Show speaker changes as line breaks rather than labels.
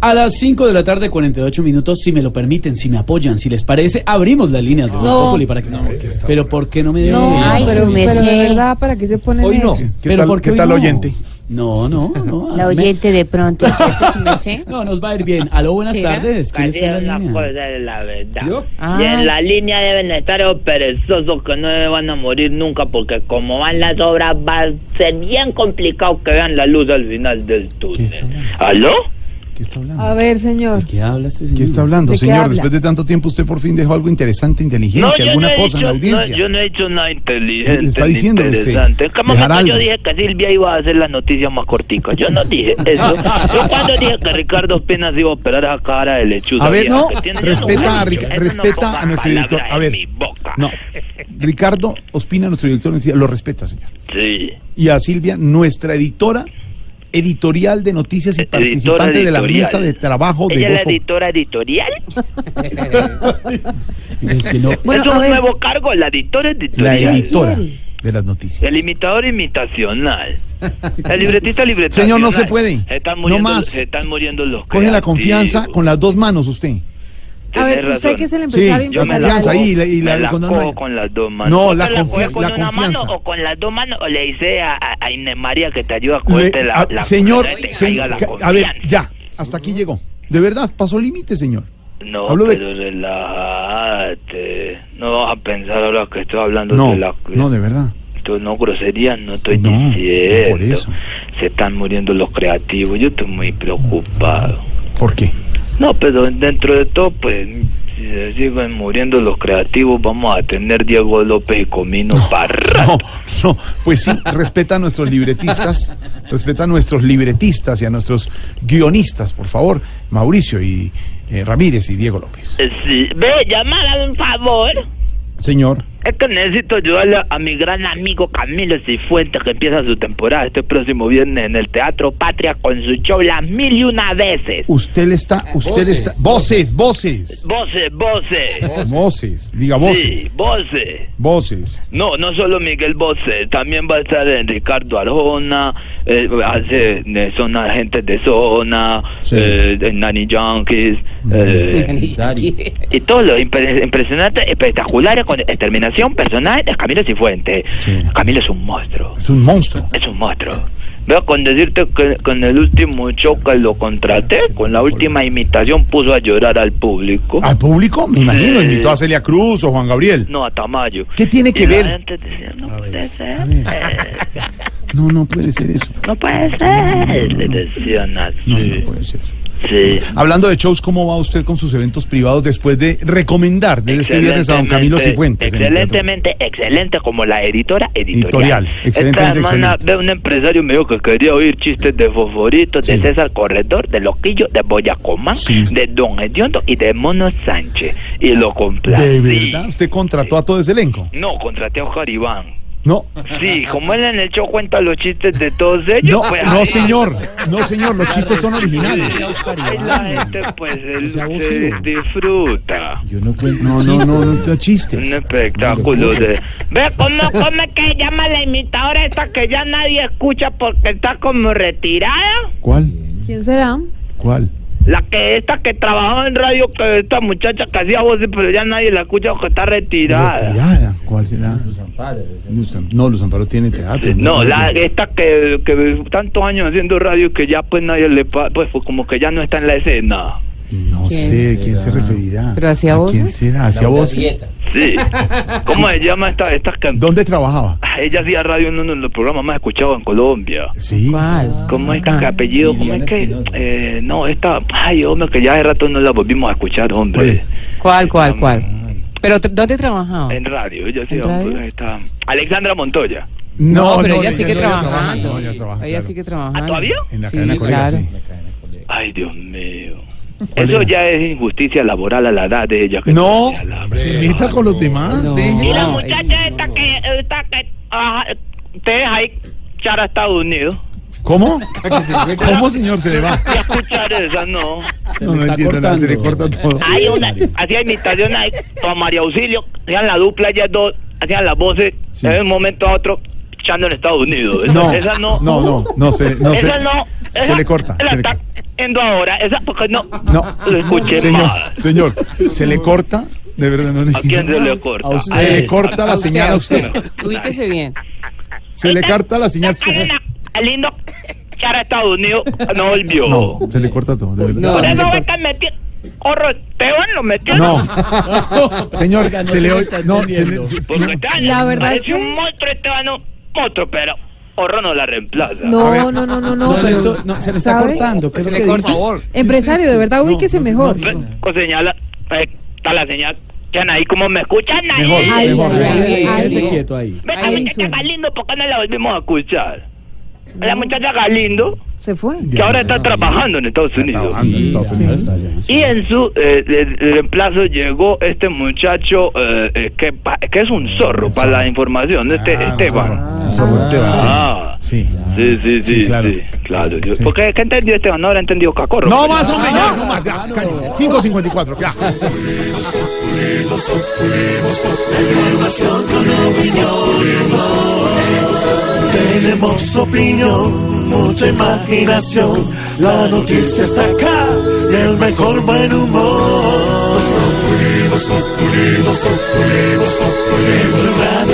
A las 5 de la tarde, 48 minutos, si me lo permiten, si me apoyan, si les parece, abrimos las líneas de Voz
No.
Populi para que... pero ¿por qué no me dieron
No,
mi
Ay,
voz?
Ah, pero,
me
pero de
sé.
verdad, ¿para qué se ponen
Hoy no.
eso?
¿Qué
Pero
tal-
¿por
qué
hoy
tal
no?
oyente?
No, no, no.
La
me-
oyente de pronto, ¿cierto, su merced?
No, nos va a ir bien. Aló, buenas
¿Será?
tardes. ¿Quién está
Así
en
es
la
la
línea?
cosa de la verdad.
¿Yo?
Ah.
Y en la línea deben estar los perezosos que no se van a morir nunca porque como van las obras va a ser bien complicado que vean la luz al final del túnel.
¿Qué son?
¿Aló?
¿Qué está hablando?
A ver, señor.
¿De qué habla este señor?
¿Qué está hablando,
¿De qué
señor?
habla?
Después de tanto tiempo, usted por fin dejó algo interesante, inteligente, alguna
he
cosa en la
dicho- no,
audiencia.
yo no he hecho nada inteligente.
Le está
ni
diciendo usted,
interesante. ¿En qué
dejar
momento yo
algo.
dije que Silvia iba a hacer la noticia más cortica? Yo no dije eso. yo cuando dije que Ricardo Penas iba a operar esa cara de lechuza.
A ver,
vieja
no,
que tiene, yo
respeta, a,
nunca he dicho
Ric-
eso, no
respeta
pongas
a nuestro director.
palabras
A ver,
en mi boca.
no. Ricardo Ospina, nuestro director, de noticias, lo respeta, señor.
Sí.
Y a Silvia, nuestra editora editorial de noticias y
Editora
participante de la
editorial.
mesa de trabajo de
¿Ella es la
Voz Populi.
editora editorial?
Es que no...
Bueno,
es
a
un
ver.
nuevo cargo, la editora
La
editorial.
editora de las noticias.
El imitador imitacional. El libretista libretacional.
Señor, no se puede.
Se están
No
muriendo,
más.
Se están muriendo los
Coge la confianza con las dos manos usted.
A ver, usted que es el empresario
Yo
yo me
la
la
confianza
empresario.
cojo-
ahí, la- y la-
me la
con-
cojo con las dos manos.
No,
¿Tú
la
te
confia-
coges con
la
una mano
confianza.
o con las dos manos? O le dice a, a, a Inés María que te ayuda a cogerte
Le-
la,
a-
la
señor,
que te
se-
caiga la
ca- a ver,
confianza.
ya, hasta aquí llegó. De verdad, pasó límite, señor.
No,
Hablo de-
pero relájate. No vas a pensar ahora que estoy hablando
No,
de la...
no, de verdad.
Esto no groserías no estoy
No,
diciendo.
por eso.
Se están muriendo los creativos. Yo estoy muy preocupado.
¿Por qué?
No, pero dentro de todo, pues, si se siguen muriendo los creativos, vamos a tener Diego López y Comino Parra.
No, no, pues sí, respeta a nuestros libretistas, respeta a nuestros libretistas y a nuestros guionistas, por favor, Mauricio y eh, Ramírez y Diego López.
Eh, sí. Ve, llamada, un favor.
Señor,
Es que necesito ayudarle a mi gran amigo Camilo Cifuentes, que empieza su temporada este próximo viernes en el Teatro Patria con su show Las Mil y Una Veces.
usted le está, usted le está, voces, voces,
Voces, voces.
voces, diga voces,
Sí, voces.
voces.
No, no solo Miguel Bosé, también va a estar eh, Ricardo Arjona, eh, hace, eh, son agentes de zona,
Sí.
eh, de Nanny Junkies, eh, y todos los impre- impresionantes, espectaculares, con exterminación personal de Camilo Cifuentes.
Sí.
Camilo es un monstruo,
Es un monstruo.
es un monstruo. Veo con decirte que con el último show que lo contraté, con la última imitación puso a llorar al público.
Al público, me imagino,
Sí.
invitó a Celia Cruz o Juan Gabriel.
No, a Tamayo.
¿Qué tiene que
Y la
ver?
gente decía, no puede ser. eh,
No, no puede ser eso.
No puede ser, le decían
No,
así.
no puede ser.
Sí.
Hablando de shows, ¿cómo va usted con sus eventos privados después de recomendar desde este viernes a don Camilo Cifuentes? en el teatro?
Excelentemente, excelente como la editora editorial.
Editorial, excelentemente
Esta semana
excelente.
de un empresario me dijo que quería oír chistes de Fosforito,
Sí.
de César Corredor, de Loquillo, de Boyacomán,
Sí.
de Don Ediondo y de Mono Sánchez. Y lo complací.
¿De verdad? ¿Usted contrató a todo ese elenco?
No, contraté a Oscar Iván.
No.
Sí, como él en el show cuenta los chistes de todos
No,
ellos. pues,
no,
ahí-
señor. No, señor. Los chistes son originales.
Ahí La gente pues él
sea,
se
abusivo.
disfruta.
Yo no cuento
No, no, no, no, no
Un
chistes.
espectáculo de... Ve cómo, cómo es que se llama la imitadora esta que ya nadie escucha porque está como retirada.
¿Cuál?
¿Quién será?
¿Cuál?
La que esta que trabajaba en radio, que esta muchacha que hacía voces, pero ya nadie la escucha porque está retirada.
Retirada. ¿Cuál será? Luz Amparo. No, Luz Amparo tiene teatro.
No,
tiene-
la, esta que, que tantos años haciendo radio que ya pues nadie le... pa- Pues como que ya no está en la escena.
No
¿Quién
sé, ¿quién se referirá?
¿Pero hacía
¿A
voces?
¿Quién será? ¿Hacía voces?
Sí. ¿Cómo se llama esta, esta que...
¿Dónde trabajaba?
Ella hacía radio en uno de los programas más escuchados en Colombia.
Sí.
¿Cómo es que
Ah,
apellido? ¿Cómo es que? Eh, no, esta. Ay, hombre, que ya de rato no la volvimos a escuchar,
¿Cuál
hombre.
es?
¿Cuál, cuál, cuál? ¿Pero tr- dónde trabajaba?
En radio, ella sí,
Ah. ¿En radio?
hombre, esta. Alexandra Montoya.
No, pero ella sigue
no,
trabajando.
no, ella trabaja,
Ella
claro.
sigue
¿Ah,
trabajando.
todavía?
En la
Sí,
cadena colega,
claro.
sí.
Ay, Dios mío. Eso ya es injusticia laboral a la edad de ella. que
No,
tiene a la-
se meta con los demás.
No.
Y
déjela.
la
No, eh.
muchacha esta que. Esta que. ajá, Te deja ahí echar a Estados Unidos.
¿Cómo? ¿Cómo, señor? Se le va.
Y a escuchar esa, no.
Se
No,
me
no
está
entiendo nada, se le
cortando.
corta todo.
Hay una. Hacía imitación ahí con María Auxilio. Hacían la dupla, ellas dos. Hacían las voces.
Sí.
En un momento a otro. escuchando en Estados Unidos. Esa
No,
esa no.
no, no, no se, no se,
esa no.
se
esa
le corta.
La
se le
está
corta.
viendo ahora. Esa porque no.
No,
Lo escuché
señor,
mal.
señor, se le corta, de verdad no le
¿A quién se le corta?
A usted.
A
Se le
él.
corta la señal a usted.
Ubíquese bien.
Se
eh,
le corta la señal.
Ay,
se-
la- la lindo cara a Estados Unidos no volvió.
No, se le corta todo, de verdad.
No,
Por
se le
eso
corta.
fue que metió. Corro, Teban lo metió.
No, señor,
Oiga, no
se le
me
oye.
está
No, se le,
entendiendo.
se-
Porque Esteban
La verdad
parece
es que-
un monstruo Estebano, monstruo, pero Horro no la reemplaza.
No, no, no, no, no.
No, le
pero,
estoy- no, se le está
¿sabe?
cortando. ¿qué es
Se
lo
le
que
corta.
dice?
Empresario, de verdad,
No,
ubíquese
no,
mejor.
no, no.
Con Pues, señala, eh, está la señal. ¿Están ahí como me escuchan? Ahí.
Mejor,
Ahí,
mejor.
ahí,
mejor.
ahí, ahí.
Quédese quieto ahí.
Ven, la
Ahí,
muchacha
suena.
Galindo, ¿por qué no la volvimos a escuchar? La muchacha Galindo,
Se fue.
que ahora está trabajando en Estados Unidos.
trabajando.
Sí,
Estados
ya
Unidos.
está, ya está.
Y en su eh, de- de reemplazo llegó este muchacho eh, eh, que, pa- que es un zorro,
Un
para
zorro.
la información, este
Ah,
Esteban.
un zorro, un zorro Esteban, sí.
Ah.
sí.
Sí, sí, sí,
Sí, claro.
claro. claro. Yo-
Sí.
Porque ¿qué entendió Esteban? No habrá entendido Cacorro.
No
Pero-
más, hombre, ya, Ah, no más, ya, cállese. 5.54, ya.
Tenemos opinión, mucha imaginación. La noticia está acá y el mejor buen humor. Los populimos, populimos, populimos, populimos. Radio